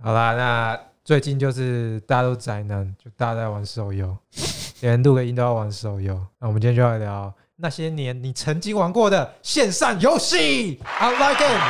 好啦，那最近就是大家都宅男，就大家都在玩手游，连录个音都要玩手游。那我们今天就要聊那些年你曾经玩过的线上游戏，online game。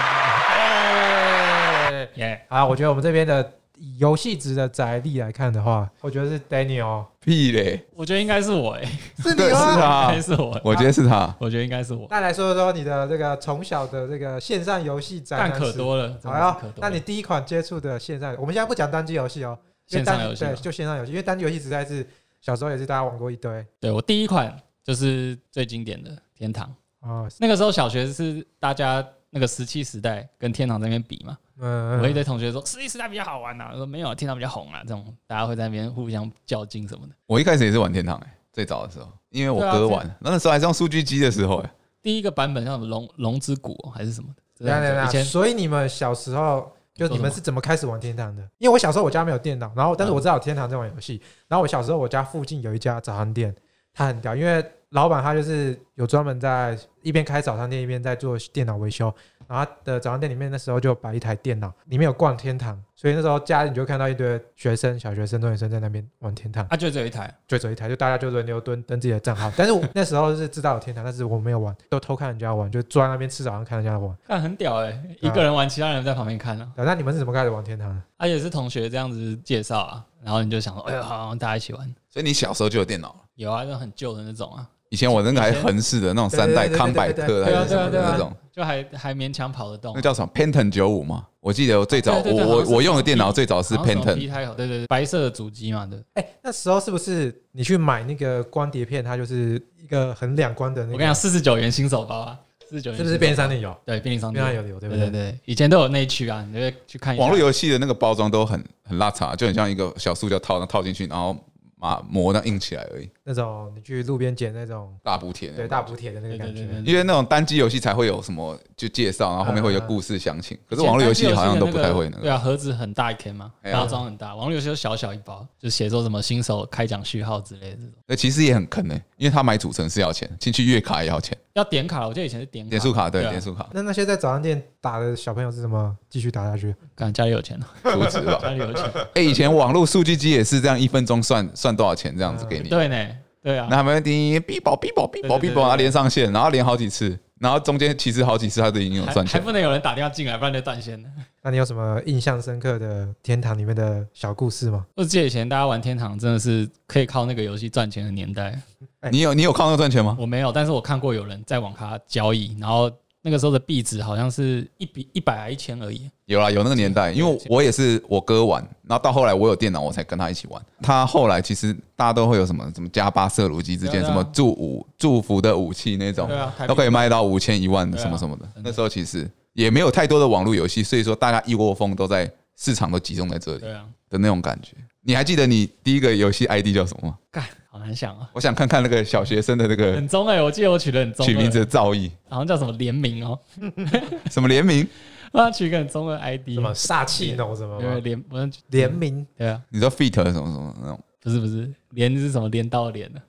耶耶、啊，我觉得我们这边的以游戏值的宅力来看的话，我觉得是 Daniel，屁嘞，我觉得应该是我、欸，是啊对，是应他该，是我，我觉得是他。我觉得应该是我，那来说说你的这个从小的这个线上游戏宅但男可史多了，真好的呀是可，多那了你第一款接触的线上，我们现在不讲单机游戏哦，因为线单上游戏对，吗，就线上游戏，因为单机游戏实在是小时候也是大家玩过一堆对我第一款就是最经典的《天堂》，哦，那个时候小学是大家那个石器时代跟《天堂》在那边比嘛，嗯，我一堆同学说石器时代比较好玩呐、我说没有，《天堂》比较红啊，这种大家会在那边互相较劲什么的。我一开始也是玩天堂、欸，最早的时候，因为我对啊哥玩，那个时候还是用数据机的时候、欸，第一个版本叫什么龙龙之谷、哦还是什么的，这等一下等一样下子以前所以你们小时候就你说你们什么是怎么开始玩天堂的？因为我小时候我家没有电脑，然后但是我知道有天堂这款游戏，嗯然后我小时候我家附近有一家早餐店，它很屌，因为老板他就是有专门在一边开早餐店一边在做电脑维修，然后他的早餐店里面那时候就摆一台电脑，里面有逛天堂，所以那时候家里你就会看到一堆学生、小学生、中学生在那边玩天堂，啊就只有一台，就只有一台，就大家就轮流蹲登自己的账号，但是我那时候是知道有天堂，但是我没有玩，都偷看人家玩，就坐在那边吃早餐看人家玩。看很屌哎、嗯一个人玩，其他人在旁边看啊。啊那你们是怎么开始玩天堂的？而且是同学这样子介绍啊，然后你就想说，哎呀，好，大家一起玩。所以你小时候就有电脑了。有啊，那种很旧的那种啊，以前我那个还横式的那种三对对代对对康百特还对啊是什么对啊对的啊那种，就还还勉强跑得动啊那。叫什么 Pentium 九五嘛？我记得我最早对对对我好像我是我用的电脑最早是好像什么 Pentium， P 开头，对对对，白色的主机嘛，对。哎、那时候是不是你去买那个光碟片，它就是一个很两光的我那跟你个？讲，四十九元新手包啊，四十九元是新手包不是便利商？店有？对，便利商便利商店店有的有，对对不对对？对，以前都有那一区啊，你就会去看一下。网络游戏的那个包装都很很拉碴，就很像一个小塑胶套，然后套进去，然后把膜那印起来而已，那种你去路边捡那种大补贴。对大。补贴的那个对感对觉。对对，因为那种单机游戏才会有什么就介绍，然后后面会嗯有故事详情。可是网络游戏好像都不太会那对个。啊，盒子很大一坑嘛，哎呀包装很大。网络游戏就小小一包，就写说什么新手开奖序号之类的这种，那呃其实也很坑诶、欸因为他买主城是要钱，进去月卡也要钱，要点卡。我记得以前是点卡点数卡对，啊点数卡那那些在早餐店打的小朋友是怎么继续打下去？看家里有钱了，啊 储值吧。家里有钱。哎、以前网络数据机也是这样，一分钟算算多少钱这样子 给你。对呢，对啊那，他们滴哔宝哔宝哔宝哔宝，然后连上线，然后连好几次，然后中间其实好几次他都已经有还算还钱。不能有人打电话进来，不然就断线了。那你有什么印象深刻的天堂里面的小故事吗？我记得以前大家玩天堂真的是可以靠那个游戏赚钱的年代，你有你有靠那个赚钱吗？我没有，但是我看过有人在网咖交易，然后那个时候的币值好像是一比一百还一千而已，有啦，有那个年代，因为我也是我哥玩，然后到后来我有电脑，我才跟他一起玩。他后来其实大家都会有什么什么加巴射鲁机之间，对啊什么祝武祝福的武器那种对，啊，都可以以。卖到五千一万对啊什么什么的真。的那时候其实也没有太多的网络游戏，所以说大家一窝蜂都在市场都集中在这里对啊，的那种感觉。你还记得你第一个游戏 ID 叫什么吗？干，好难想啊，我想看看那个小学生的那个很中哎、我记得我取的很中二，取名字的造诣，好像叫什么联名哦，什么联名？他取一个很中二 ID，什么煞气脑什么因为吗联，我联名？对啊，你说 fit 什么什么那种？不是不是，联是什么连到连 的、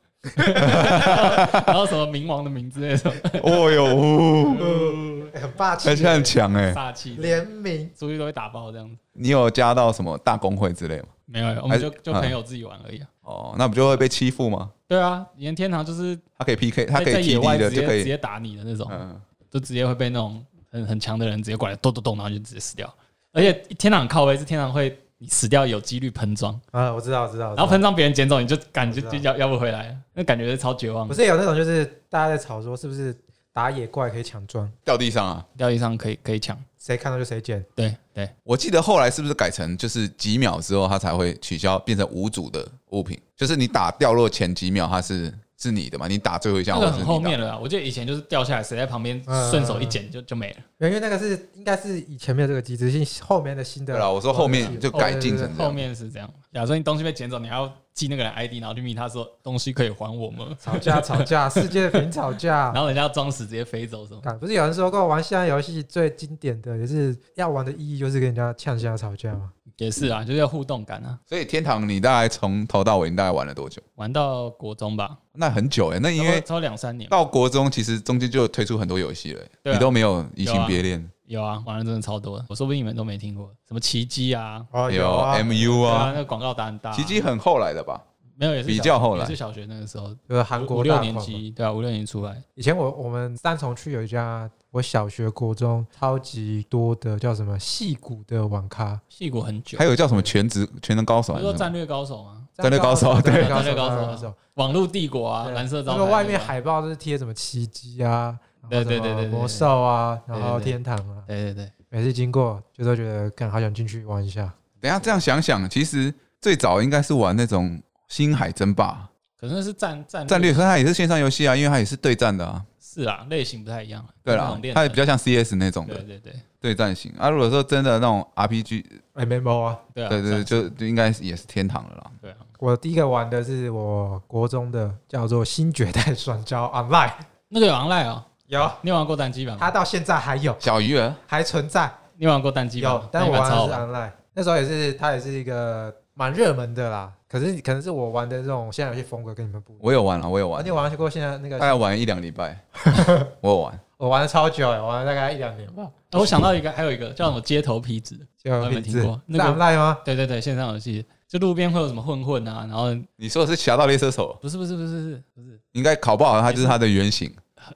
然后什么冥王的名字那种哦哟，呜哎很霸气而，且很强哎！煞气的，联名。出去都会打爆这样子。你有加到什么大公会之类吗？没有，我还们是就就嗯朋友自己玩而已、啊。哦，那不就会被欺负吗？对啊，以前天堂就是他可以 PK，他在可在以野 TD 外的直就接可直以，接打你的那种，嗯，就直接会被那种很很强的人直接过来咚咚咚，然后就直接死掉。而且天堂很靠背是天堂会你死掉有几率喷装，啊，我知道，我知道。我知道然后喷装别人捡走，你就感觉我就知道要要不回来，那感觉是超绝望不的。是有那种就是大家在吵说是不是打野怪可以抢装，掉地上啊！掉地上可以可以抢，谁看到就谁捡。对对，我记得后来是不是改成就是几秒之后它才会取消，变成无主的物品？就是你打掉落前几秒它是是你的嘛？你打最后一下那或个者是很你后打面了啊。我记得以前就是掉下来，谁在旁边嗯顺手一捡就就没嗯了。因为那个是应该是以前面这个机制，性后面的新的对啊了，我说后面就改进成这后样。嗯面是这样，假如说你东西被捡走，你还要记那个人 ID，然后去密他说东西可以还我吗？吵 架吵架，世界频吵架啊然。后人家装死直接飞走什么？干不是有人说过玩线上游戏最经典的也是要玩的意义就是跟人家呛瞎吵架嘛？也是啊，就是要互动感啊。所以天堂你大概从头到尾你大概玩了多久？玩到国中吧，那很久哎、那因为超两三年吧，到国中其实中间就推出很多游戏了欸、对啊你都没有移情别恋，有啊，玩的真的超多的，我说不定你们都没听过，什么奇迹啊，哦，有啊， MU 对啊，那啊，个广告打很大啊、奇迹很后来的吧？没有也是比小较后也来是小学那个时候，就是韩五国六大年款嘛级，对啊，五六年级出来，以前我我们三重区有一家，我小学、国中超级多的叫什么戏骨的网咖，戏骨很久还。有叫什么全职全能高不手还是是说什战么？略高手吗？战略高手战对略高战略手，高手战略高手。网络帝国啊，对蓝色那招牌个那个，外面海报都是贴什么奇迹啊，对对然后什对么对对对魔兽啊，然后对对对天堂啊，对对对，每次经过就都觉得，干好想进去玩一下。等一下这样想想，其实最早应该是玩那种星海争霸可是那是战战战略，可是它也是线上游戏啊，因为它也是对战的啊。是啊，类型不太一样啊。对那啦种练，它也的比较像 CS 那种对的对对对战型啊。如果说真的那种 RPG， M M O 啊，对啊，对对，算就就应该也是天堂了啦。对啊。我第一个玩的是我国中的，叫做《新绝代 双骄 Online》，那个有 online 哦，有，你有玩过单机版吗？它到现在还有，小鱼儿还存在，你有玩过单机版吗？有，但那我一版玩超的好是玩 Online，那时候也是它也是一个蛮热门的啦。可是可能是我玩的这种现在有些风格跟你们不一样。我有玩了，啊我有而玩且，玩过现在那大个，概玩一两礼拜， 我有玩。我玩了超久欸，我玩了大概一两年吧。哎我想到一个，还有一个叫什么街头痞子，就我没名听字过。是那个 Online 吗？对对对，线上游戏，就路边会有什么混混啊，然后你说的是《侠盗猎车手》，不是不是不是不是不是，应该考不好，它就是它的原型。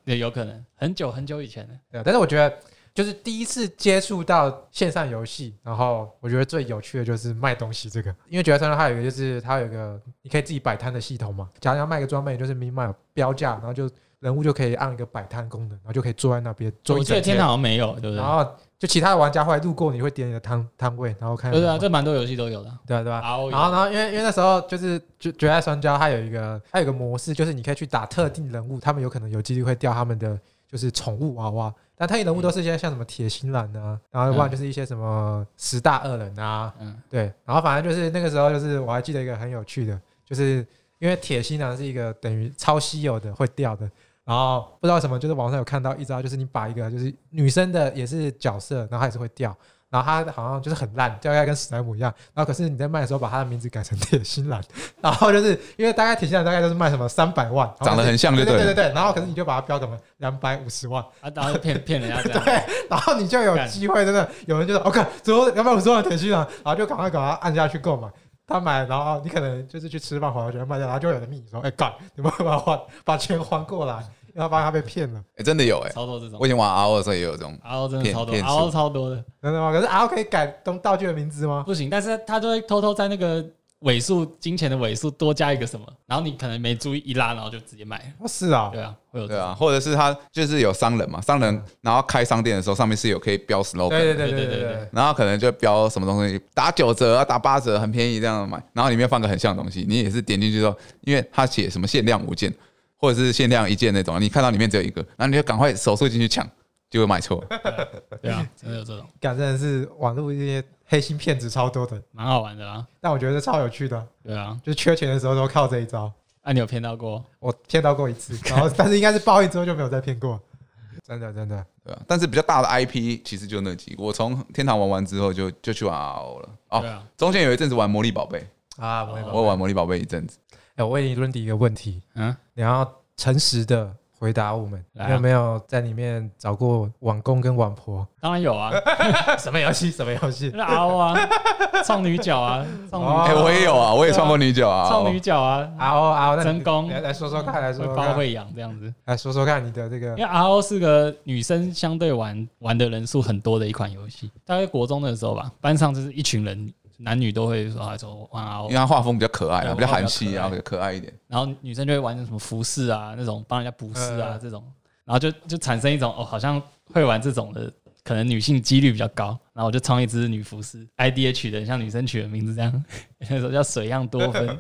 也有可能很久很久以前的。对啊，但是我觉得就是第一次接触到线上游戏，然后我觉得最有趣的就是卖东西这个，因为《绝代双骄》它有一个就是它有一个你可以自己摆摊的系统嘛，假如要卖个装备，就是明明卖有标价，然后就人物就可以按一个摆摊功能，然后就可以坐在那边坐我一记得整天堂好像没有，对然不对？后就其他的玩家会来路过，你会点你的摊摊位，然后看有对没有啊，这蛮多游戏都有的。E 对啊对吧？ RO 然后，然后，因为因为那时候就是绝绝爱双骄，它有一个它有一个模式，就是你可以去打特定人物，他们有可能有几率会掉他们的就是宠物娃娃，但特定人物都是一些像什么铁心兰啊，然后要不然就是一些什么十大恶人啊，嗯，对，然后反正就是那个时候就是我还记得一个很有趣的，就是因为铁心兰是一个等于超稀有的会掉的。然后不知道为什么，就是网上有看到一招，就是你把一个就是女生的也是角色，然后她也是会掉，然后它好像就是很烂，掉下来跟史莱姆一样。然后可是你在卖的时候把它的名字改成铁心兰，然后就是因为大概铁心兰大概就是卖什么三百万，然后长得很像就对对了哦对对对。然后可是你就把它标什么两百五十万，啊，然后骗骗人家这 样。然后你就有机会真的有人就说哦 OK，最后两百五十万的铁心兰，啊然后就赶快赶快按下去购买。他买，然后你可能就是去吃饭，回来觉得卖掉，然后就会有人密你说：“哎、干，你们要不要换把钱还过来？”然后发现他被骗了，哎，真的有哎，超多这种我以前玩 RO 的时候也有这种， ，RO 真的骗超多骗术，RO 超多的真的吗？可是 L 可以改东道具的名字吗？不行，但是他就会偷偷在那个尾数金钱的尾数多加一个什么，然后你可能没注意一拉，然后就直接买了。哦，是啊、对啊，会有这对种啊，或者是他就是有商人嘛，商人然后开商店的时候，上面是有可以标 slogan，的对对对对对对对对对。然后可能就标什么东西打九折啊，打八折，很便宜这样买，然后里面放个很像的东西，你也是点进去之后，因为它写什么限量五件或者是限量一件那种，你看到里面只有一个，然后你就赶快手速进去抢，结果买错。对啊，真的有这种，感真的是网络这些黑心骗子超多的，蛮好玩的啦。但我觉得超有趣的，对啊，就是缺钱的时候都靠这一招。啊，你有骗到过？我骗到过一次，然 后但是应该是报应之后就没有再骗过，真的真的。对啊，但是比较大的 IP 其实就那几个，我从天堂玩完之后就就去玩 RO 了。对哦，啊，中间有一阵子玩魔力宝贝，啊，我也我有玩魔力宝贝一阵子，哎，我问你论迪一个问题，嗯，你要诚实的回答我们，来啊你有没有在里面找过网公跟网婆？ 当然有啊，什么游戏？什么游戏？那 RO 啊，创女角啊，创哦哎、女我也有啊，我也创过女角啊，创女角啊，啊哦啊哦，那你真功来来说说看，来说会说包看，会养这样子。来说说看你的这个因为 RO 是个女生相对玩玩的人数很多的一款游戏，大概国中的时候吧，班上就是一群人，男女都会说啊，说玩因嗯 RO，为它画风比较可爱啊，对比较韩系啊，我画比较可爱一点。然后女生就会玩什么服饰啊，那种帮人家补尸啊嗯这种，然后就就产生一种哦，好像会玩这种的，可能女性几率比较高。然后我就创一支女服饰，IDH 取的像女生取的名字这样， 那时候叫水样多芬。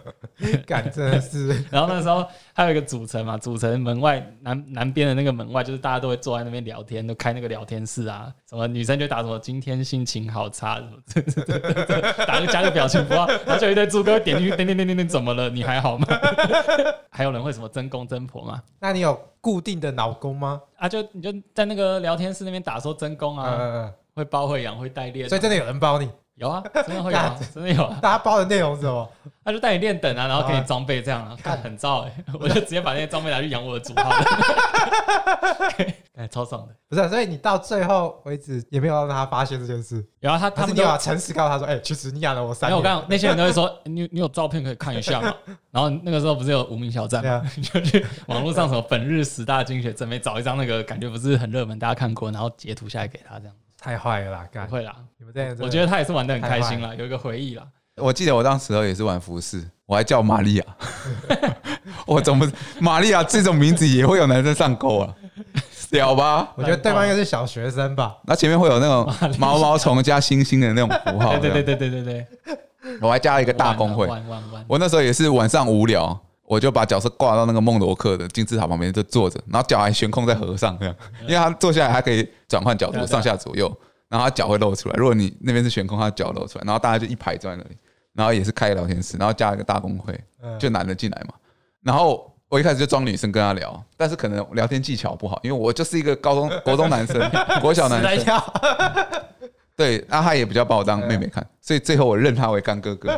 感真的是 然后那时候还有一个主城嘛，主城门外南南边的那个门外，就是大家都会坐在那边聊天，都开那个聊天室啊，什么女生就打什么今天心情好差什么， 打个加个表情符号，然后就有一堆猪哥点进去，点点点点点，怎么了？你还好吗？ 还有人会什么真公真婆嘛？那你有固定的老公吗？啊，就你就在那个聊天室那边打说真公啊，呃，会包会养会带猎，所以真的有人包你。 有啊，真的会有、啊，真的有啊。大家包的内容是什么？他就带你练等啊，然后给啊你装备这样啊，看看很燥哎、 我就直接把那些装备拿去养我的主号了， 哎，超爽的。不是啊、所以你到最后为止也没有让他发现这件事，然后他他还是你们都有把诚实告诉他说，哎、其实你养了我三没年，有，我刚刚那些人都会说， 你你有照片可以看一下 嘛？然后那个时候不是有无名小站对嘛，啊， 就去网络上什么本日十大精选，准备找一张那个感觉不是很热门，大家看过，然后截图下来给他这样。太坏了啦，干不，会啦，你们这样，我觉得他也是玩的很开心啦，有一个回忆啦。我记得我当时候也是玩服饰，我还叫玛利亚， 我怎么玛利亚这种名字也会有男生上钩啊？屌吧？我觉得对方应该是小学生吧，那前面会有那种毛毛虫加星星的那种符号，对对对对对对对，对，我还加了一个大公会。玩玩玩，我那时候也是晚上无聊，我就把角色挂到那个梦罗克的金字塔旁边就坐着，然后脚还悬空在河上这样，因为他坐下来还可以转换角对啊度，对啊上下左右，然后他脚会露出来。如果你那边是悬空，他脚露出来，然后大家就一排坐在那里，然后也是开聊天室，然后加了一个大公会，嗯，就男的进来嘛。然后我一开始就装女生跟他聊，但是可能聊天技巧不好，因为我就是一个高 中国中男生，国小男来生，要对，那他也比较把我嗯当妹妹看，所以最后我认他为干 哥哥，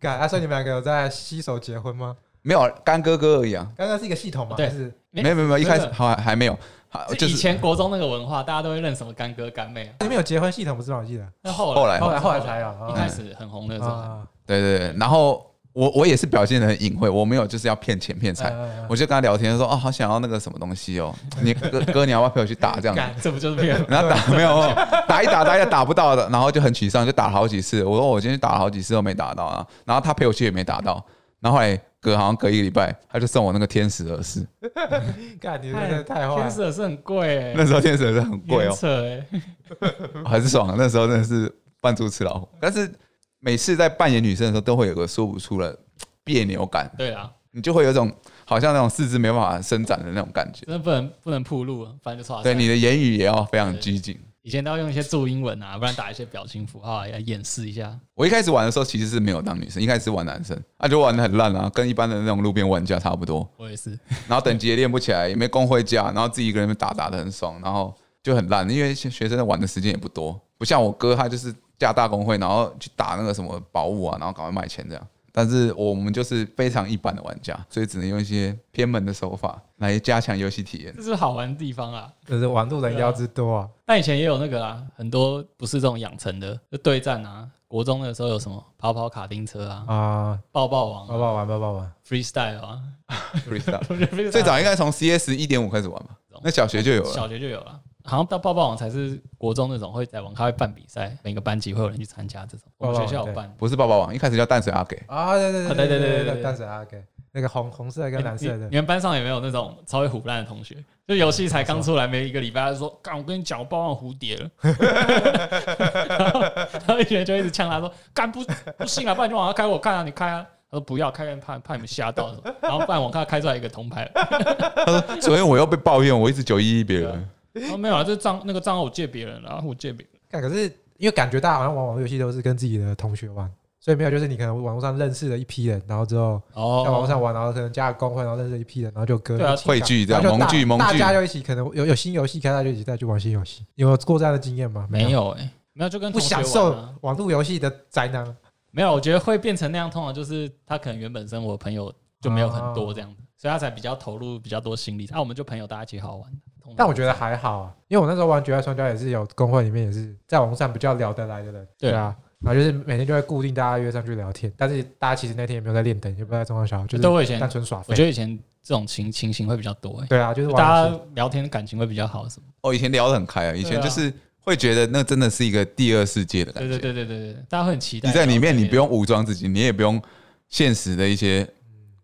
干，他说你们两个有在携手结婚吗？没有干哥哥而已啊。刚刚是一个系统嘛，对还是没没有没有没有，一开始真的还还没有，还就就以是前国中那个文化，大家都会认什么干哥干妹啊。你们有结婚系统不是吗？我记得那后后来嗯后来后来才有哎一开始很红的时候，啊，对对对，然后我我也是表现的很隐晦，我没有就是要骗钱骗财，嗯嗯我就跟他聊天说哦，好想要那个什么东西哦，你哥哥你要不要陪我去打这样子？干这不就是 骗？然后打没有，打一打打一打打不到的，然后就很沮丧，就打了好几次。我说我今天打了好几次都没打到啊，然后他陪我去也没打到，然后后来隔好像隔一个礼拜，他就送我那个天使耳饰，嗯干，你们真的太坏天了，使是很贵哎，那时候天使耳饰很贵哦很，扯哎。还是爽、啊。那时候真的是扮猪吃老虎，但是每次在扮演女生的时候，都会有个说不出的别扭感，对啊，你就会有一种好像那种四肢没办法伸展的那种感觉。真的不能不能铺路，反正就刷。对你的言语也要非常拘谨。以前都要用一些注英文啊，不然打一些表情符号啊要掩饰一下。我一开始玩的时候其实是没有当女生，一开始是玩男生，啊就玩的很烂啊，跟一般的那种路边玩家差不多。我也是，然后等级也练不起来，也没工会价，然后自己一个人打打的很爽，然后就很烂，因为学生玩的时间也不多，不像我哥他就是加大工会，然后去打那个什么宝物啊，然后赶快卖钱这样。但是我们就是非常一般的玩家，所以只能用一些偏门的手法来加强游戏体 验。这是好玩的地方啊。就是玩路人妖之多啊，但以前也有那个啊，很多不是这种养成的，就对战啊。国中的时候有什么跑跑卡丁车啊、啊，抱抱王、抱啊、抱玩，抱抱玩， freestyle 啊， Freestyle 我觉得 freestyle 最早应该从 CS 一点五开始玩吧，那小学就有了。小学就有了。好像到抱抱网才是国中那种会在网咖会办比赛，每个班级会有人去参加这种。我抱抱们网学校有办，不是抱抱网，一开始叫淡水阿给，啊，对对啊对对对对对对对淡水阿给那个红红色跟蓝色你的你，们班上有没有那种稍微虎烂的同学？就游戏才刚出来没一个礼拜，他就说：“干，我跟你讲，我抱忘蝴蝶了。” 然后然后一群人就一直呛他说：“干不不信啊，不然就往下开我看啊，你开啊。”他说：“不要开，怕怕你们吓到。”然后不然往下开出来一个铜牌。所以我又被抱怨，我一直九一一别人。然后没有啊，这账那个账号我借别人了，然后我借别人。干，可是因为感觉大家好像玩网络游戏都是跟自己的同学玩。所以没有，就是你可能网络上认识了一批人，然后之后在网络哦，上玩，然后可能加个公会，然后认识一批人，然后就跟对啊 汇聚这样然后就盟聚大盟聚大家就一起，可能有有新游戏开，大家就一起再去玩新游戏。有过这样的经验吗？没，有哎，没有就跟不同学享玩受啊。网络游戏的宅男没有，我觉得会变成那样，通常就是他可能原本生活朋友就没有很多这样子，所以他才比较投入比较多心力。那、我们就朋友大家一起好好玩。通常但我觉得还好啊，因为我那时候玩《绝爱双骄》也是有工会里面也是在网络上比较聊得来的人，对啊，然后就是每天就会固定大家约上去聊天，但是大家其实那天也没有在练灯，也不在中上小，就是对我以前单纯耍我废觉。得以前这种情情形会比较多、欸，对啊，就是就玩大游家戏聊天感情会比较好，什么？哦，以前聊得很开啊，以前就是会觉得那真的是一个第二世界的感对觉。对对对对对，大家会很期待你在里面，你不用用武装自己，你也不用现实的一些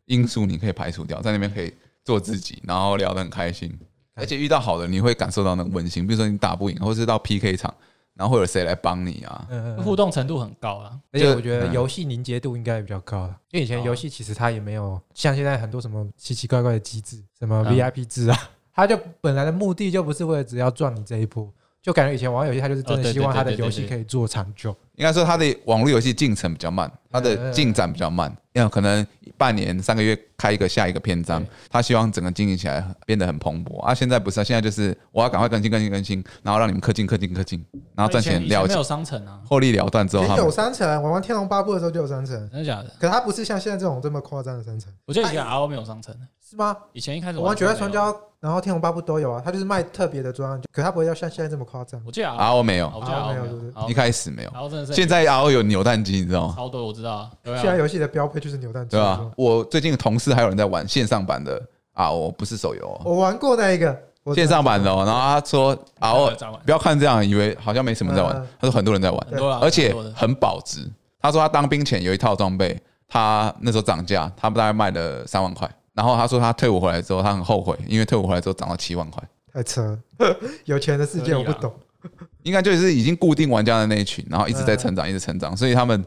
因素，你可以排除掉，在那边可以做自己，然后聊得很开心，而且遇到好的，你会感受到那个温馨。比如说你打不赢，或是到 PK 场，然后会有谁来帮你啊？嗯嗯嗯互动程度很高啊。而且就我觉得嗯游戏凝结度应该也比较高了，因为以前哦游戏其实它也没有像现在很多什么奇奇怪怪的机制，什么嗯 VIP 制啊， 它就本来的目的就不是为了只要赚你这一波，就感觉以前玩游戏它就是真哦的对希望对它对的对游戏对可以做长久，应该说它的网络游戏进程比较慢，它的进展比较慢，因为可能半年、三个月开一个下一个篇章对。他希望整个经营起来变得很蓬勃啊！现在不是、啊，现在就是我要赶快更新、更新、更新，然后让你们氪金、氪金、氪金，然后赚以前钱以前了没结有商城啊，获利了断之后，他也们有三层，我玩《天龙八部》的时候就有三层，真的假的？可它不是像现在这种这么夸张的三层，我觉得以前 RO 没有商城，是吗？以前一开始我玩《绝代爱传，销》，然后《天龙八部》都有啊，它就是卖特别的装，可它不会要像现在这么夸张。我记得 RO， RO 啊没我有，记得 RO RO 没有没对不有对一，RO 开始没有， RO 真的是现在 RO 有扭蛋机，你知道吗？超多，我知道啊，对现在啊，游戏的标配就是啊扭蛋机，对吧？我最近同事还有人在玩线上版的 RO，不是手游哦、我玩过那一个我线上版的、哦。然后他说 RO 在玩不要看这样，以为好像没什么在玩嗯，他说很多人在玩，很多啊，而且很多的很保值。他说他当兵前有一套装备，他那时候涨价，他大概卖了三万块。然后他说他退伍回来之后，他很后悔，因为退伍回来之后涨到七万块，太扯 了，有钱的世界我不懂。应该就是已经固定玩家的那一群，然后一直在成长，一直成长，所以他们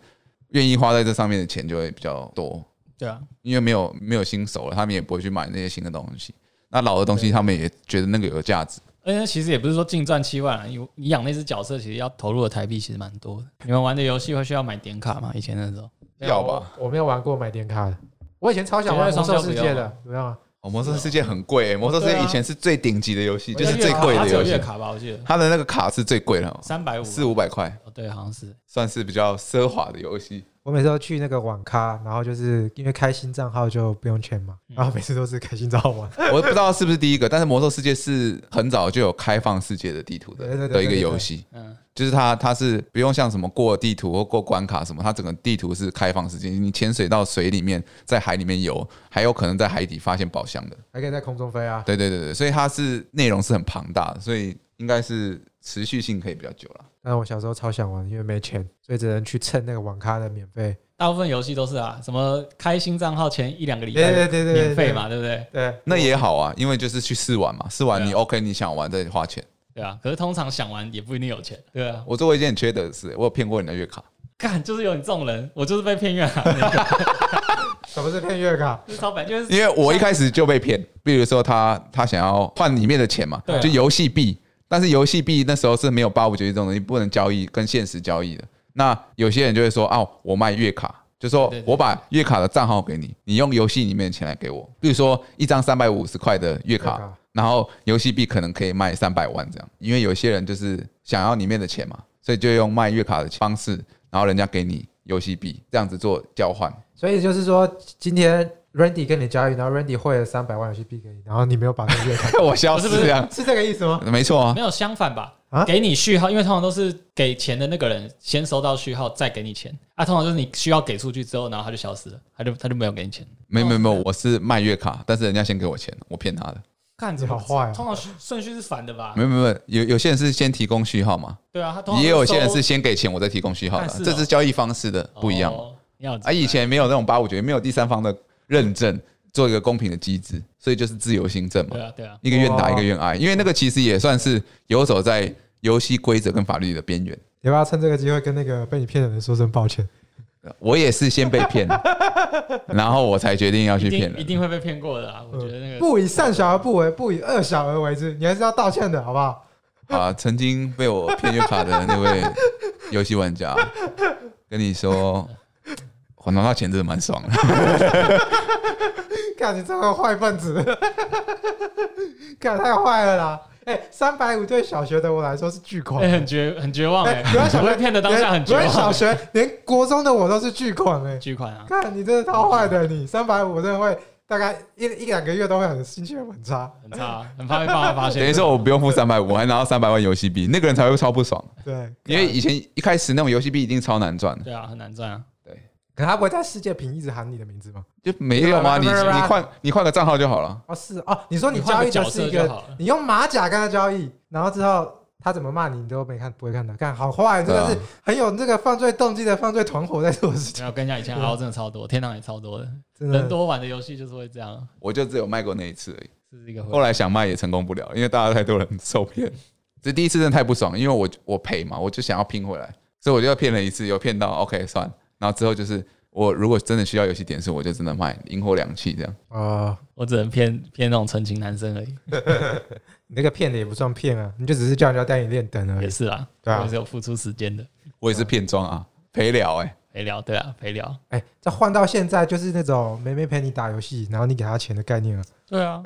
愿意花在这上面的钱就会比较多。对啊，因为没有没有新手了，他们也不会去买那些新的东西。那老的东西，他们也觉得那个有价值。而且其实也不是说净赚七万啊，你你养那只角色其实要投入的台币其实蛮多的。你们玩的游戏会需要买点卡吗？以前那时候哦要吧？我没有玩过买点卡的，我以前超想玩绝魔代兽双骄世不要界吗的，不要吗？哦，魔兽世界很贵、魔兽世对界啊以前是最顶级的游戏，我就记得是最贵它的只有游月戏，卡吧，我记得它的那个卡是最贵的，三啊百五，四五百块，哦对，好像是算是比较奢华的游戏。我每次都去那个网咖，然后就是因为开新账号就不用钱嘛，嗯然后每次都是开新账号 玩。我不知道是不是第一个，但是魔兽世界是很早就有开放世界的地图对的对对的一个对对游戏，嗯，就是它它是不用像什么过地图或过关卡什么，它整个地图是开放世界，你潜水到水里面，在海里面游，还有可能在海底发现宝箱的。还可以在空中飞啊！对对对对，所以它是内容是很庞大的，所以应该是持续性可以比较久了。但是我小时候超想玩，因为没钱，所以只能去蹭那个网咖的免费。大部分游戏都是啊，什么开新账号前一两个礼对对拜对对，对免费。嘛，对不对？对，那也好啊，因为就是去试玩嘛，试完对啊你 OK，你想玩再花钱。对啊，可是通常想玩也不一定有钱，对啊，我做过一件很缺德的事，我有骗过你的月卡，干就是有你这种人，我就是被骗月卡那个，什么是骗月卡？ 就是超白，就是因为我一开始就被骗。比如说他他想要换里面的钱嘛对，啊就游戏币，但是游戏币那时候是没有八五九一这种东西，不能交易跟现实交易的。那有些人就会说哦，我卖月卡。就说对对对我把月卡的账号给你，你用游戏里面的钱来给我。比如说一张三百五十块的月卡月卡，然后游戏币可能可以卖三百万这样，因为有些人就是想要里面的钱嘛，所以就用卖月卡的方式，然后人家给你游戏币，这样子做交换。所以就是说，今天 Randy 跟你交易，然后 Randy 汇了三百万游戏币给你，然后你没有把那个 月卡，我消失不是哦不这样，是这个意思吗？没错啊没。有相反吧啊？给你序号，因为通常都是给钱的那个人先收到序号，再给你钱啊。通常就是你需要给出去之后，然后他就消失了，他就他就没有给你钱。没没没，我是卖月卡，但是人家先给我钱，我骗他的。看你好坏哦通常顺序是反的吧？没没没，有有些人是先提供序号嘛，对啊，他通常也有些人收是先给钱，我再提供序号的，但是哦这是交易方式的不一样。哦你好直白啊，以前没有那种八五九，也没有第三方的认证，做一个公平的机制，所以就是自由行政嘛对，啊对啊，一个愿打哇一个愿挨，因为那个其实也算是游走在游戏规则跟法律的边缘。要不要趁这个机会跟那个被你骗的人说声抱歉？我也是先被骗， 然后我才决定要去一骗定一人。定会被骗过的啊。我觉得那 个不以善小而不为，不以恶小而为之，你还是要道歉的，好不好？ 啊，曾经被我骗月卡的那位游戏玩家，跟你说，我拿到钱真的蛮爽的。看你这个坏分子， 看太坏了啦！哎、三百五对小学的我来说是巨款。哎很绝很绝望哎哎，不要小我学被骗的当下很绝连不要小望，学连国中的我都是巨款哎、巨款啊。看你真的超坏的你，三百五真的会大概一一两个月都会很心情很差。很差啊，很怕被爸妈发现。等于说我不用付三百五，我还拿到三百万游戏币，那个人才会超不爽。对，因为以前一开始那种游戏币一定超难赚的，对啊，很难赚啊。可他不会在世界屏一直喊你的名字吗？就没有啊，你没有没有没有你换你换个账号就好了。哦，是哦，你说你你交换个易的角是色一就个，好了。你用马甲跟他交易，然后之后。他怎么骂你，你都没看，不会看的。看好坏，真的对是啊很有那个犯罪动机的犯罪团伙在做事情，没有，我跟你讲，以前 RO 真的超多，天堂也超多的，真的人多玩的游戏就是会这样，我就只有卖过那一次而已，这是一个后回。来想卖也成功不了，因为大家太多人受骗。这第一次真的太不爽，因为我我赔嘛，我就想要拼回来，所以我就骗了一次，有骗到 OK 算了。然后之后就是我如果真的需要游戏点数，我就真的卖，赢货两气这样。啊！我只能骗骗那种纯情男生而已，你那个骗的也不算骗啊，你就只是叫人家带你练灯而也已。是啦，嗯对啊我也是有付出时间的。我也是骗装啊，赔了哎、陪聊，对啊，陪聊，哎、再换到现在就是那种妹妹陪你打游戏，然后你给她钱的概念了，对啊，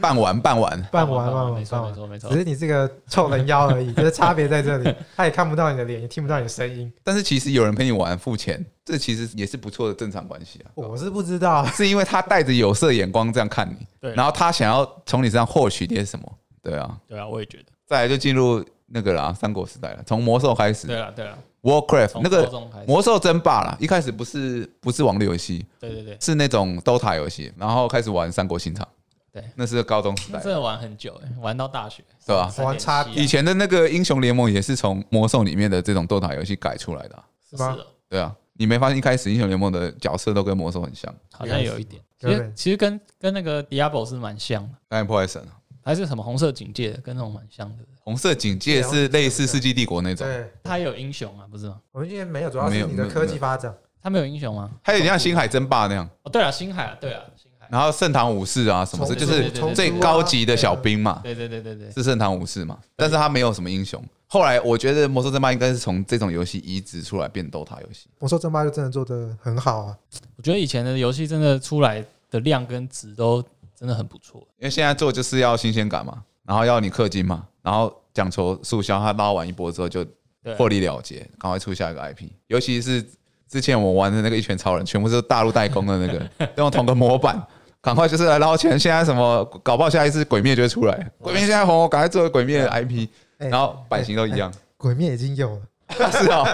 办完办完，办完办办完没错没办完，错没错只，是你这个臭人妖而已，就是差别在这 里，她也看不到你的脸，也听不到你的声音。但是其实有人陪你玩付钱，这其实也是不错的正常关系啊。我是不知道，是因为他带着有色眼光这样看你，对然后他想要从你身上获取点什么，对啊。对啊，我也觉得，再来就进入那个啦，三国时代了，从魔兽开始对啊，对啊， ，Warcraft 从那高个中开始，魔兽争霸啦，一开始不是不是网络游戏，对对对，是那种 DOTA 游戏，然后开始玩三国新场，对那是高中时那代，真的玩很久、欸，玩到大学，对吧3.7啊玩差以前的那个英雄联盟也是从魔兽里面的这种 DOTA 游戏改出来的啊、是是吗？的，对啊，你没发现一开始英雄联盟的角色都跟魔兽很像，好像有一点，其对实其实跟跟那个 Diablo 是蛮像的，当然破坏神了。还是什么红色警戒的，跟那种蛮像的。啊红色警戒是类似世纪帝国那种，对，他也有英雄啊，不是吗？我们今天没有，主要没是有你的没有科技发展。他没有英雄吗？它有点像星海争霸那样，哦，对了，星海啊，对啊，星海，然后盛唐武士啊什么的，重就组是重组啊最高级的小兵嘛，对对对对对，是盛唐武士嘛，但是他没有什么英雄。后来我觉得魔兽争霸应该是从这种游戏移植出来变 DOTA 游戏，魔兽争霸就真的做的很好啊，我觉得以前的游戏真的出来的量跟值都真的很不错。因为现在做就是要新鲜感嘛，然后要你氪金嘛，然后讲求促销，它拉完一波之后就对啊，获利了结，赶快出下一个 IP。尤其是之前我们玩的那个一拳超人，全部是大陆代工的那个， 都用同个模板，赶快就是来捞钱。现在什么，搞不好下一次鬼灭就会出来，鬼灭现在红，赶快做鬼灭的 IP，哎然后版型都一样。 鬼灭已经有了，是哦，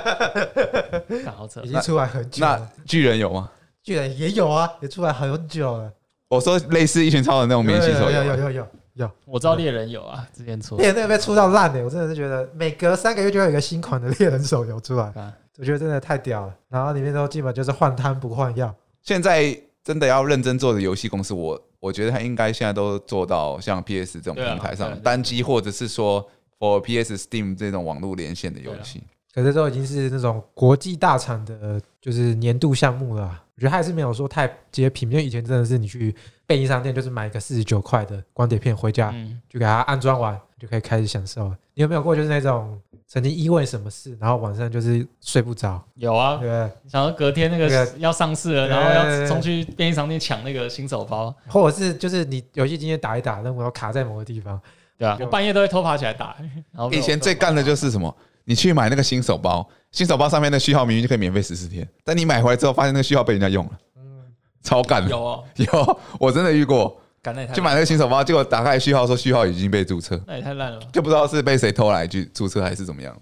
干好扯已，经出来很久那了，巨人有吗？居然也有啊，也出来很久了。我说类似一拳超人那种免洗有有手游有啊，有有有，我知道猎人有啊，之前出猎人那个被出到烂的，我真的是觉得每隔三个月就会有一个新款的猎人手游出来啊，我觉得真的太屌了。然后里面都基本就是换汤不换药，现在真的要认真做的游戏公司，我我觉得他应该现在都做到像 PS 这种对啊平台对啊上对啊单机，或者是说 for PS Steam 这种网络连线的游戏。啊可是都已经是那种国际大厂的，就是年度项目了啊、我觉得还是没有说太接平，因为以前真的是你去便利商店就是买一个四十九块的光碟片回家，嗯，就给它安装完，就可以开始享受了。你有没有过就是那种曾经因为什么事，然后晚上就是睡不着，有对啊不。对？想要隔天那那个个要上市了，对然后要冲去便利商店抢那个新手包，或者是就是你游戏今天打一打，任务要卡在某个地方，对啊，有我半夜都会偷爬起来打。然后被以我前最干的被就是什么？你去买那个新手包，新手包上面的序号明明就可以免费十四天，但你买回来之后发现那个序号被人家用了，超干我的。嗯有啊哦，有，我真的遇过，干那也太就买那个新手包，结果打开序号说序号已经被注册，那也太烂了吧，就不知道是被谁偷来去注册还是怎么样。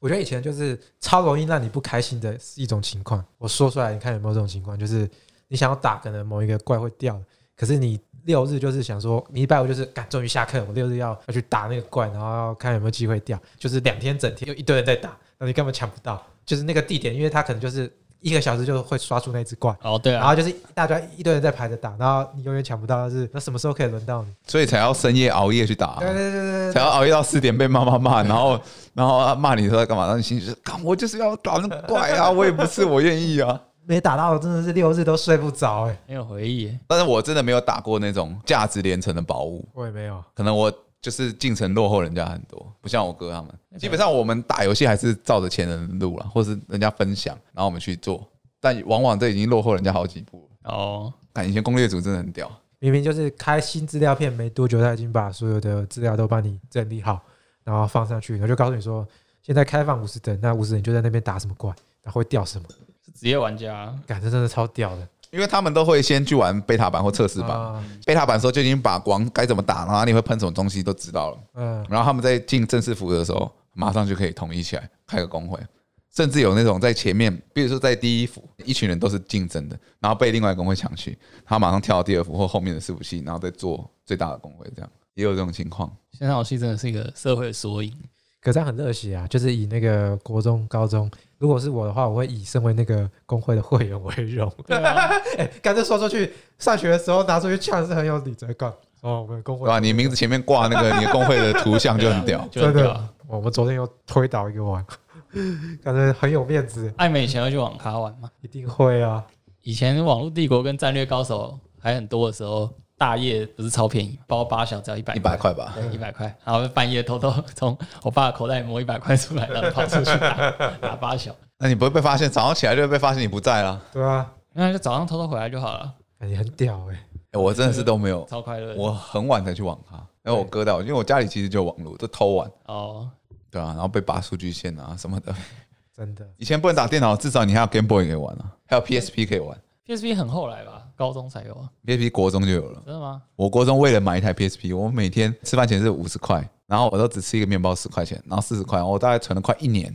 我觉得以前就是超容易让你不开心的是一种情况。我说出来，你看有没有这种情况？就是你想要打，可能某一个怪会掉，可是你六日就是想说，你一拜五就是赶，终于下课，我六日要要去打那个怪，然后要看有没有机会掉。就是两天整天就一堆人在打，那你根本抢不到。就是那个地点，因为它可能就是一个小时就会刷出那只怪。哦对然啊，后就是大家一堆人在排着打，然后你永远抢不到，但是那什么时候可以轮到你？所以才要深夜熬夜去打、对对对对才对，要熬夜到四点被妈妈骂，然后然后骂你说在干嘛，然后你心里就是，干我就是要打那个怪啊，我也不是我愿意啊。没打到真的是六日都睡不着哎、很有回忆耶。但是我真的没有打过那种价值连城的宝物，我也没有，可能我就是进程落后人家很多，不像我哥他们。 Okay 基本上我们打游戏还是照着前人的路了，或是人家分享，然后我们去做，但往往这已经落后人家好几步了。哦，看以前攻略组真的很屌，明明就是开新资料片没多久，他已经把所有的资料都帮你整理好，然后放上去，然后就告诉你说，现在开放五十等，那五十等就在那边打什么怪，然后会掉什么，是职业玩家啊，感觉真的超屌的，因为他们都会先去玩贝塔版或测试版。吧？贝塔版的时候就已经把光该怎么打，然后你会喷什么东西都知道了。嗯，然后他们在进正式服的时候，马上就可以统一起来开个工会，甚至有那种在前面，比如说在第一服，一群人都是竞争的，然后被另外一个工会抢去，他马上跳到第二服或后面的伺服器，然后再做最大的工会，这样也有这种情况。线上游戏真的是一个社会的缩影。可是这样很热血啊！就是以那个国中、高中，如果是我的话，我会以身为那个工会的会员为荣。 对啊，，哎、干脆说出去，上学的时候拿出去呛是很有理责感。哦，我们工会对吧、你名字前面挂那个你的工会的图像就很屌啊就真很屌的，我们昨天又推倒一个 玩，感觉很有面子，艾美以前会去网咖玩吗？一定会啊。以前网络帝国跟战略高手还很多的时候，大夜不是超便宜，包八小只要一百一百块吧，对，一百块，然后半夜偷偷 从我爸的口袋里摸一百块出来，然后跑出去打打八小，那你不会被发现，早上起来就会被发现你不在了。对啊，那就早上偷偷回来就好了，感觉很屌哎、哎我真的是都没有，超快乐的。我很晚才去网咖，因为我哥带我，因为我家里其实就有网络，都偷玩，哦，对啊，然后被拔数据线啊什么的。真的。以前不能打电脑，至少你还有 Game Boy 可以玩啊，还有 PSP 可以玩 PSP 很后来吧，高中才有啊， ，PSP 国中就有了。真的吗？我国中为了买一台 PSP，我每天吃饭前是五十块，然后我都只吃一个面包十块钱，然后四十块，我大概存了快一年，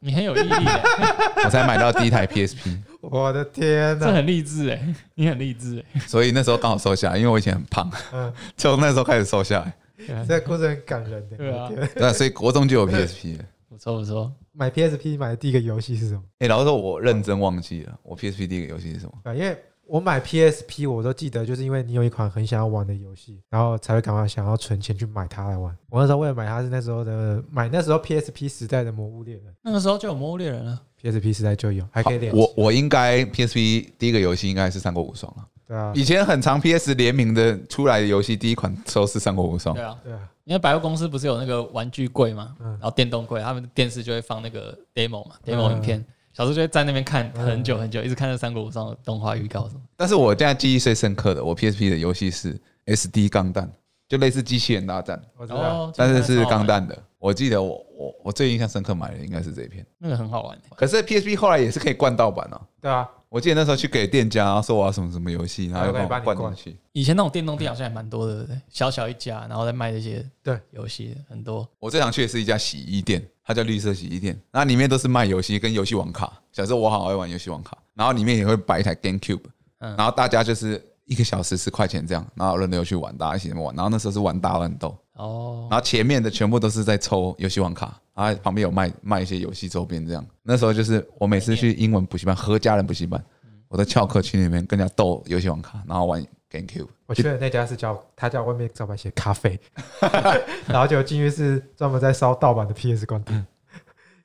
你很有毅力、欸，我才买到第一台 PSP。我的天这呐、很励志哎、你很励志哎、 所以那时候刚好瘦下来，因为我以前很胖，嗯，从那时候开始瘦下来。这故事很感人欸的、对啊我的天对啊，所以国中就有 PSP 了。不错不错，买 PSP 买的第一个游戏是什么？哎、老实说，我认真忘记了，我 PSP 第一个游戏是什么？啊，因为我买 PSP 我都记得，就是因为你有一款很想要玩的游戏，然后才会赶快想要存钱去买它来玩。我那时候为了买它是那时候的买那时候 PSP 时代的《魔物猎人那个时候就有《魔物猎人》了，》 ，PSP 时代就有，还可以连我我应该 PSP 第一个游戏应该是《三国无双》了。对啊，以前很常 PS 联名的出来的游戏，第一款都是《三国无双对》。啊。对啊，因为百货公司不是有那个玩具柜嘛，嗯然后电动柜，他们的电视就会放那个 demo 嘛嗯，demo 影片，小时候就会在那边看很久很久，一直看那《三国无双》的动画预告什么。但是我现在记忆最深刻的，我 PSP 的游戏是 SD 钢弹，就类似机器哦人大战，我知然道。后哦但是是钢，弹的。我记得我我我最印象深刻买的应该是这一片。那个很好玩欸。可是 PSP 后来也是可以灌盗版啊。对啊，我记得那时候去给店家，然后说我要什么什么游戏，然后他就会帮你帮我灌灌进去。以前那种电动店好像也蛮多的，对不对小小一家，然后再卖这些对游戏，很多。我最常去的是一家洗衣店，它叫绿色洗衣店，那里面都是卖游戏跟游戏网卡。小时候我好爱玩游戏网卡，然后里面也会摆一台 GameCube，嗯然后大家就是一个小时十块钱这样，然后轮流去玩，大家一起玩。然后那时候是玩大乱斗，哦，然后前面的全部都是在抽游戏网卡，然后旁边有卖卖一些游戏周边这样。那时候就是我每次去英文补习班和家人补习班，嗯我都翘课去那边跟人家斗游戏网卡，然后玩 GameCube。我去的那家是叫他叫外面招牌写咖啡，然后就进去是专门在烧盗版的 PS 光碟，因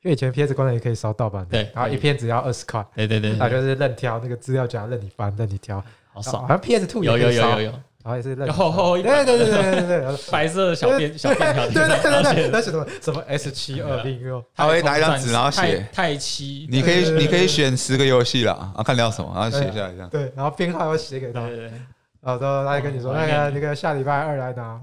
为以前 PS 光碟也可以烧盗版的，对然后一片只要二十块，对对对，然后就是任挑那个资料夹任你翻任你挑，好好爽，像 PS Two 有有有有有，然后也是任有厚厚一啊对本对对对对对，然后白色的小便小便条，对对对对然后写对，那什么什么 S 七二零六，他会拿一张纸，然后写，太七，你可以对对对你可以选十个游戏啦，啊，看你要什么，然后写下来这样。对，然后编号要写给他对，对对，然后说他就跟你说，哦那我个应该那个下礼拜二来拿，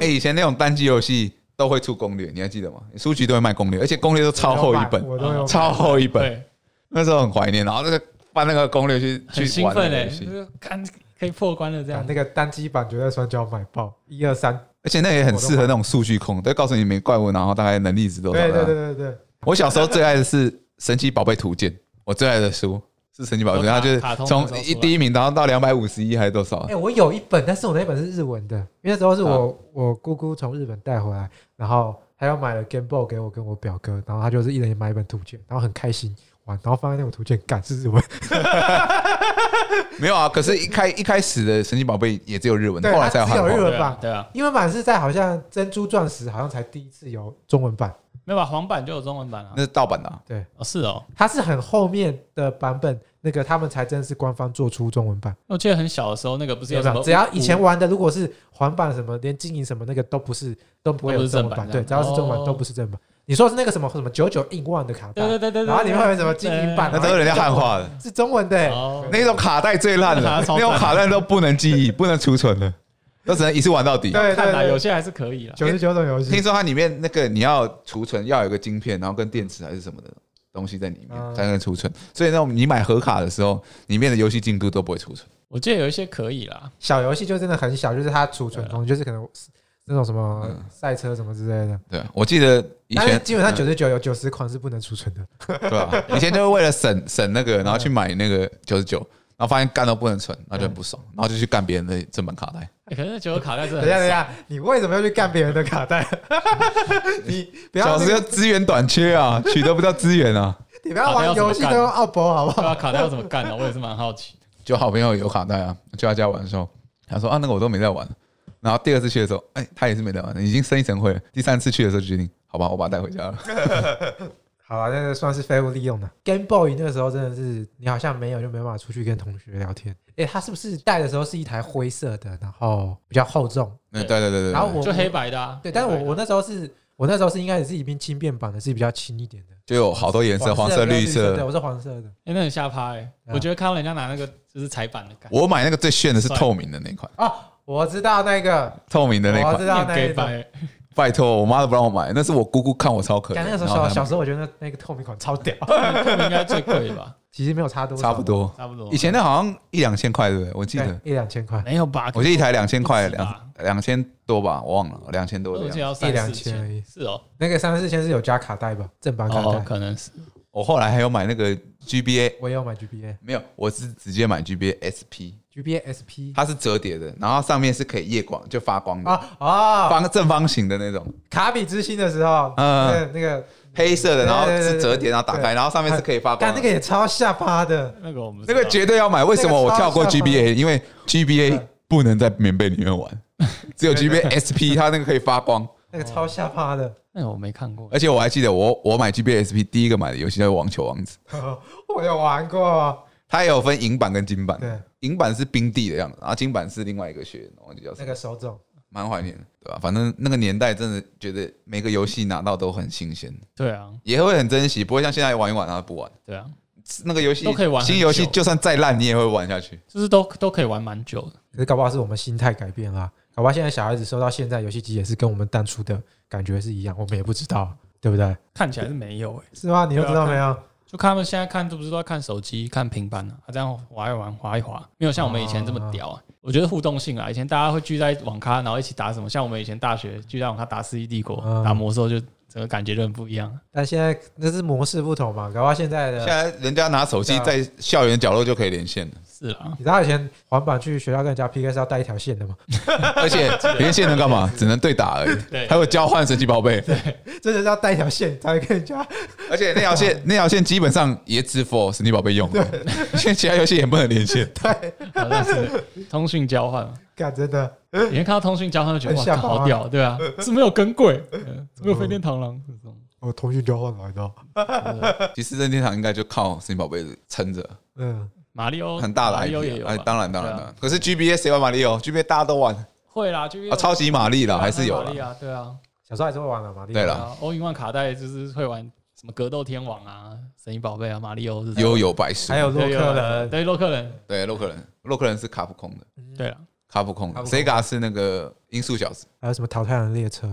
哎，以前那种单机游戏都会出攻略，你还记得吗？书局都会卖攻略，而且攻略都超厚一本，我都有买，超厚一本。对，那时候很怀念，然后那个翻那个攻略去很去兴玩那奋个哎，游就戏，是看可以破关了这样那。个单机版绝对双脚买爆，一二三，而且那也很适合那种数据控，都告诉你每怪物然后大概能力值多少。啊对对对对对，我小时候最爱的是《神奇宝贝图鉴》，我最爱的书是《神奇宝贝》，哦它卡就是卡通从的时候一出来第一名，然后到两百五十一还是多少？哎，我有一本，但是我那本是日文的，因为那时候是啊我我姑姑从日本带回来，然后她又买了 Game Boy 给我跟我表哥，然后他就是一人买一本图鉴，然后很开心玩，然后发现那种图鉴干是日文， 没有啊，可是一开一开始的《神奇宝贝》也只有日文，对后来才有它只汉有日文对化。啊，对啊，英文版是在好像珍珠钻石好像才第一次有中文版。没有吧？黄版就有中文版了那。是盗版的、啊，哦，是哦，它是很后面的版本，那个他们才真是官方做出中文版。我记得很小的时候，那个不是有有什没么有？五？只要以前玩的，如果是环版什么，连经营什么那个都不是，都不会都有不是正文版版。这对，样只要是中哦文都不是正版。你说是那个什么什么九九印万的卡对带对，对对对，然后里面还有什么经营版那都是人家汉化的。是中文的欸。哦，那种卡带最烂那了， 超那烂种卡带都不能记忆、不能储存的，都只能一次玩到底。对看对来有对，些还是可以了。九十九种游听戏。说它里面那个你要储存要有一个晶片，然后跟电池还是什么的东西在里面嗯才能储存，所以那种你买盒卡的时候，里面的游戏进度都不会储存。我记得有一些可以啦，小游戏就真的很小，就是它储存对啊空间，就是可能那种什么赛车什么之类的。对啊，我记得以但是前基本上九十九有九十款是不能储存的。 对吧？以前就是为了省省那个，然后去买那个九十九，然后发现干都不能存，然后就很不爽，然后就去干别人的正版卡带。 欸可是九个卡带真的等很一下等一少。下，你为什么要去干别人的卡带？你不要小那时个候资源短缺啊， 取得不到资源啊，你不要玩游戏都用奥博好不 对好？啊，卡带要怎么干呢？我也是蛮好奇。就好朋友有卡带啊，去他家玩的时候，他说啊那个我都没在玩。然后第二次去的时候， 哎，他也是没在玩，已经升一层会了。第三次去的时候就决定，好吧，我把它带回家了。好吧，那个算是废物利用的。Game Boy 那个时候真的是，你好像没有就没办法出去跟同学聊天。诶，他是不是戴的时候是一台灰色的，然后比较厚重？嗯，对对对对。然后我就黑白的啊。对，但是黑我白的我那时候是我那时候是应该也是已经轻便版的，是比较轻一点的，就有好多颜色，黄色、跟绿对，色。我是黄色的哎、那很下趴哎、啊我觉得看到人家拿那个就是彩版的感觉，我买那个最炫的是透明的那款，啊，我知道那个，透明的那我款知。道你那很一 gay 种掰。欸拜托，我妈都不让我买，那是我姑姑看我超可怜。感觉那时候然后小她小时候，我觉得那那个透明款超 屌，应该最贵吧，其实没有差多少，差不 多，差不多。以前那好像一两千块，对不对？我记对得，一两千块，没有吧？我记得一台两千块，不止吧两两千多吧，我忘了，两千多的我样记子得要三一两四千而已是哦，那个三四千是有加卡带吧，正版卡哦，带，可能是我后来还有买那个 GBA，我也有买 GBA。没有，我是直接买 GBA SP， GBA SP 它是折叠的，然后上面是可以夜光就发光的，啊啊！方正方形的那种，卡比之心的时候，嗯嗯，那个黑色的，然后对对对是折叠，然后打开，对然后上面是可以发光干的那个。也超下巴的，那个我们那个绝对要买，为什么我跳过那个超下 GBA？因为 GBA 对不能在棉被里面玩，只有 GBA SP 它那个可以发光。那个超下巴的， 那个我没看过，而且我还记得我我买 GBA SP 第一个买的游戏叫做《网球王子》，我有玩过。它也有分银版跟金版对，银版是冰帝的样子，然后金版是另外一个学，我忘记叫什那么，个手冢，蛮怀念的，对吧？反正那个年代真的觉得每个游戏拿到都很新鲜，对啊，也也会很珍惜，不会像现在玩一玩然后不玩。对啊，那个游戏都可以玩很久新游戏就算再烂你也会玩下去。就是都都可以玩蛮久的。可是搞不好是我们心态改变啦，搞不好现在小孩子收到现在游戏机也是跟我们当初的感觉是一样，我们也不知道，对不对？看起来是没有哎、是吗？你又知道没有？就看他们现在看，都不是都在看手机、看平板啊，啊这样滑一玩、滑一滑，没有像我们以前这么屌啊。我觉得互动性啊，以前大家会聚在网咖，然后一起打什么，像我们以前大学聚在网咖打《世纪帝国》嗯打魔兽，就整个感觉就很不一样。但现在那是模式不同嘛，搞不好现在现的。在人家拿手对机啊在校园角落就可以连线了，是啦， 你知道以前环板去学校跟人家 PK 是要带一条线的吗？而且连线能干嘛？只能对打而已。对还有交换神奇宝贝， 真的是要带一条线才会跟人家而且那条线那条线基本上也只 for 神奇宝贝用的，因 为其他游戏也不能连线。好像是通讯交换 嘛。干，真的以前看到通讯交换就觉得哇，很吓干跑啊好屌，对啊，是没有跟 贵，嗯没有飞天螳螂这种。我哦通讯交换来的。其实任天堂应该就靠神奇宝贝撑着，嗯，马里奥很大的马里奥也 IP 哦有啊。哎吧，当然当然对啊当然。可是 GBA 谁玩马里奥？GBA 大家都玩会啦，就因为啊，超级玛丽啦，还是有玛丽啦。啊，对啊，小时候还是会玩的嘛。对对啦啊，欧云万卡带就是会玩什么格斗天王啊、神奇宝贝啊、马里奥这种悠游白书还，有洛对有啊克人，对洛克人，对，洛克人，洛克人是卡普空的，对啊了，卡普空的卡普空，Sega 是那个音速小子，还有什么淘汰人列车？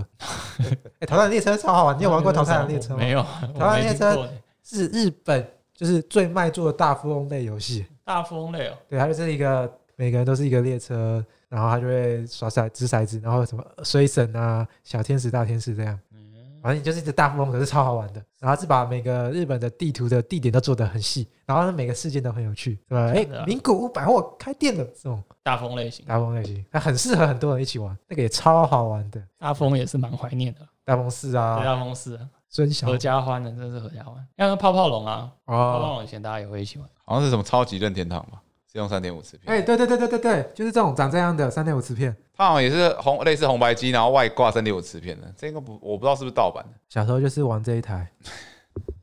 哎，淘汰人列车超好玩，你有玩过淘汰人列车吗？没有，淘汰人列车我没听过是日本就是最卖座的大富翁类游戏。大富翁类哦，对，它就是一个每个人都是一个列车，然后它就会耍骰掷骰子，然后什么水神啊、小天使、大天使这样。嗯反正你就是一只大富翁，可是超好玩的。然后它是把每个日本的地图的地点都做得很细，然后每个事件都很有趣，对吧？哎真的啊，名古屋百货开店了，这种大富翁类型，大富翁类型，它很适合很多人一起玩，那个也超好玩的。大富翁也是蛮怀念的，大风寺对啊，大富翁是啊孙小合家欢的，真的是合家欢，像泡泡龙啊，泡泡哦，龙以前大家也会一起玩，好像是什么超级任天堂吧，是用三点五磁片。哎，对对对对对对，就是这种长这样的三点五磁片。它好像也是红类似红白机，然后外挂三点五磁片的，这个不我不知道是不是盗版的。小时候就是玩这一台，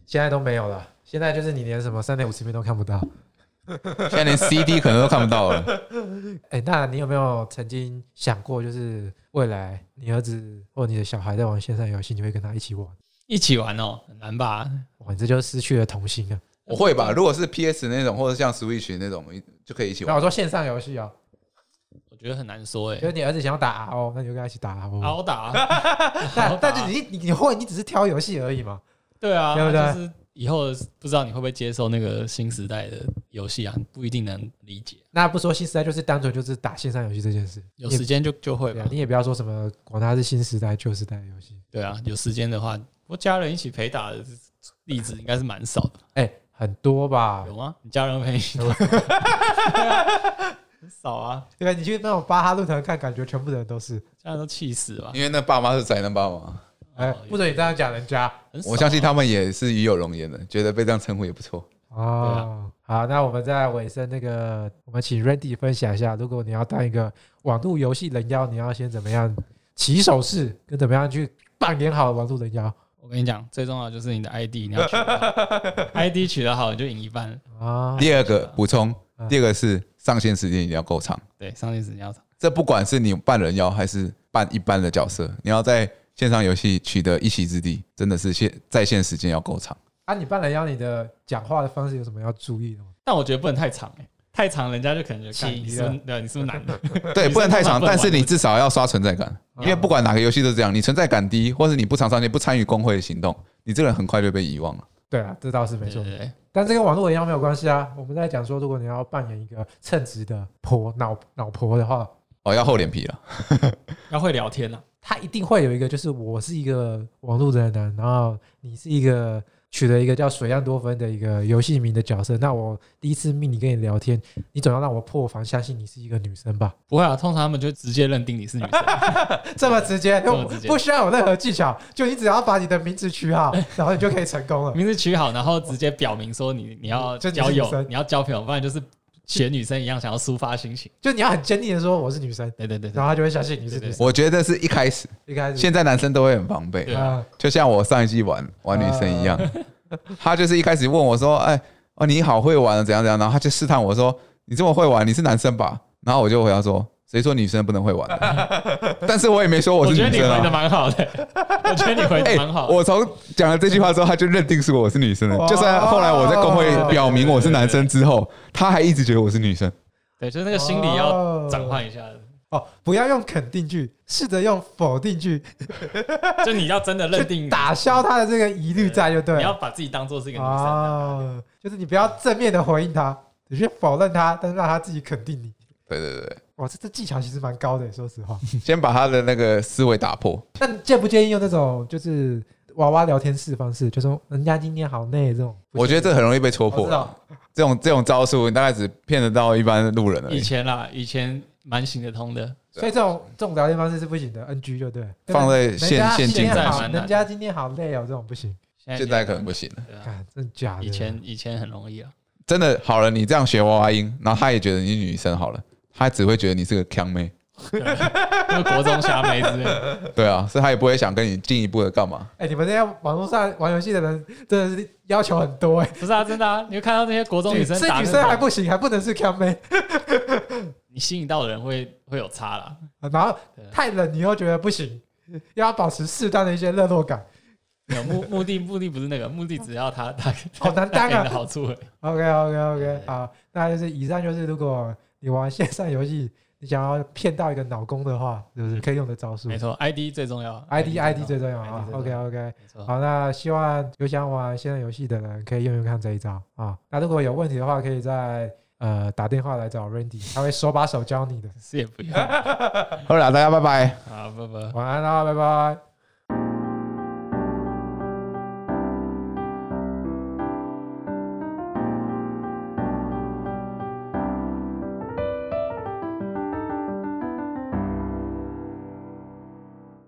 现在都没有了。现在就是你连什么三点五十片都看不到。现在连 CD 可能都看不到了。哎、那你有没有曾经想过，就是未来你儿子或你的小孩在玩线上游戏，你会跟他一起玩？一起玩哦，很难吧？哇，你这就失去了童心啊！我会吧，如果是 PS 那种，或者像 Switch 那种，就可以一起那玩。我说线上游戏哦，我觉得很难说就是哎，你儿子想要打 RO，那你就跟他一起打 RO。好 打，哦啊好但打啊但是你你你会，你只是挑游戏而已嘛。对啊，对不对就是以后不知道你会不会接受那个新时代的游戏啊，不一定能理解。那不说新时代，就是单纯就是打线上游戏这件事。有时间就就会对啊，，吧你也不要说什么管它是新时代旧时代的游戏。对啊，有时间的话，不过家人一起陪打的例子应该是蛮少的，哎、很多吧，有吗？你家人 陪你打？对啊很少啊，对吧？你去那种巴哈论坛看，感觉全部的人都是。家人都气死吧？因为那爸妈是宅男爸妈，哎、哦不准你这样讲人家很少啊我相信他们也是与有容颜的，觉得被这样称呼也不错。啊哦。好，那我们在尾声那个，我们请 Randy 分享一下，如果你要当一个网络游戏人妖，你要先怎么样起手式，跟怎么样去扮演好网络人妖？我跟你讲，最重要的就是你的 ID 你要取 得好，ID 取得好你就赢一半了。啊，第二个补充嗯，第二个是上线时间一定要够长。对，上线时间要长。这不管是你扮人妖还是扮一般的角色，你要在线上游戏取得一席之地，真的是线在线时间要够长。啊，你办了邀你的讲话的方式有什么要注意的吗？但我觉得不能太长哎、太长人家就可能就看起你是啊不是对你 是不是男的，对，你不能太长，上班不能但是玩你至少要刷存在感，因为不管哪个游戏都是这样，你存在感低，或是你不常上线、不参与工会的行动，你这个人很快就被遗忘了。对啊，这倒是没对错对，对，但这跟网络一样没有关系啊。我们在讲说，如果你要扮演一个称职的婆脑脑婆的话，哦，要厚脸皮了。要会聊天啊。他一定会有一个，就是我是一个网络人男，然后你是一个取了一个叫水样多芬的一个游戏名的角色。那我第一次命你跟你聊天，你总要让我破防相信你是一个女生 吧？不会啊，通常他们就直接认定你是女生， 这么直接，这么直接不需要有任何技巧，就你只要把你的名字取好，然后你就可以成功了。名字取好，然后直接表明说你你嗯要就你是交女友，生你要交朋友，不然就是学女生一样想要抒发心情。就你要很坚定的说我是女生，对对对对然后他就会相信你是女生。我觉得是一开始，一开始现在男生都会很防备对，啊，就像我上一季玩玩女生一样，啊 他就是一开始问我说：“哎，哦，你好会玩，怎样怎样？”然后他就试探我说：“你这么会玩，你是男生吧？”然后我就回答说：“谁说女生不能会 玩的？”但是我也没说我我是觉得女你回生的啊。蛮好的，我觉得你回 哎、的蛮好的。我从讲了这句话之后，他就认定是我是女生了。哇就算后来我在公会表明我是男生之后，他还一直觉得我是 女生。对，就是那个心理要转换一下，哦，不要用肯定句，试着用否定句，就你要真的认定去打消他的这个疑虑在，就对嗯你了要。把自己当做是一个女生。哦，就是你不要正面的回应他，你去否认他，但是让他自己肯定你。对对对，哇，这这技巧其实蛮高的，说实话。 先把他的那个思维打破。那你介不介意用那种就是娃娃聊天室方式，就说人家今天好累这种？不哦我觉得这很啊容易被戳我破知。道，这种这种招数，你大概只骗得到一般路人而以已。前啦，以前蛮行得通的，所以这种这种聊天方式是不行的，NG 就对了。放在人现家现今今天在好，蛮难的人家今天好累哦，这种不行。现现在可能不行了。对啊看，真的假的？以前以前很容易啊，真的好了，你这样学娃娃音，然后他也觉得你是女生好了，他只会觉得你是个强妹，因为国中虾妹之类的， 对啊，所以他也不会想跟你进一步的干嘛。哎、你们这些网络上玩游戏的人真的是要求很多哎、不是啊，真的啊，你会看到那些国中女生是打女那生种还不行，还不能是 cam 妹。你吸引到的人会会有差啦，然后对太冷你又觉得不行，要保持适当的一些热络感。没有目目的目的不是那个，目的只要他 他好难当啊他 给你的好处而已， OK OK OK，对好，那就是以上就是如果你玩线上游戏，你想要骗到一个脑功的话，就是可以用的招数没。错，ID 最重要 ID ID 最重重要啊 ID 最重，OK 要 OK，要没错，好，那希望有想玩线上游戏的人可以用用看这一招啊。那如果有问题的话，可以在呃打电话来找 Randy，他会手把手教你的。 是也不要，啊好了，大家拜拜。好，拜拜。晚安啦，拜拜。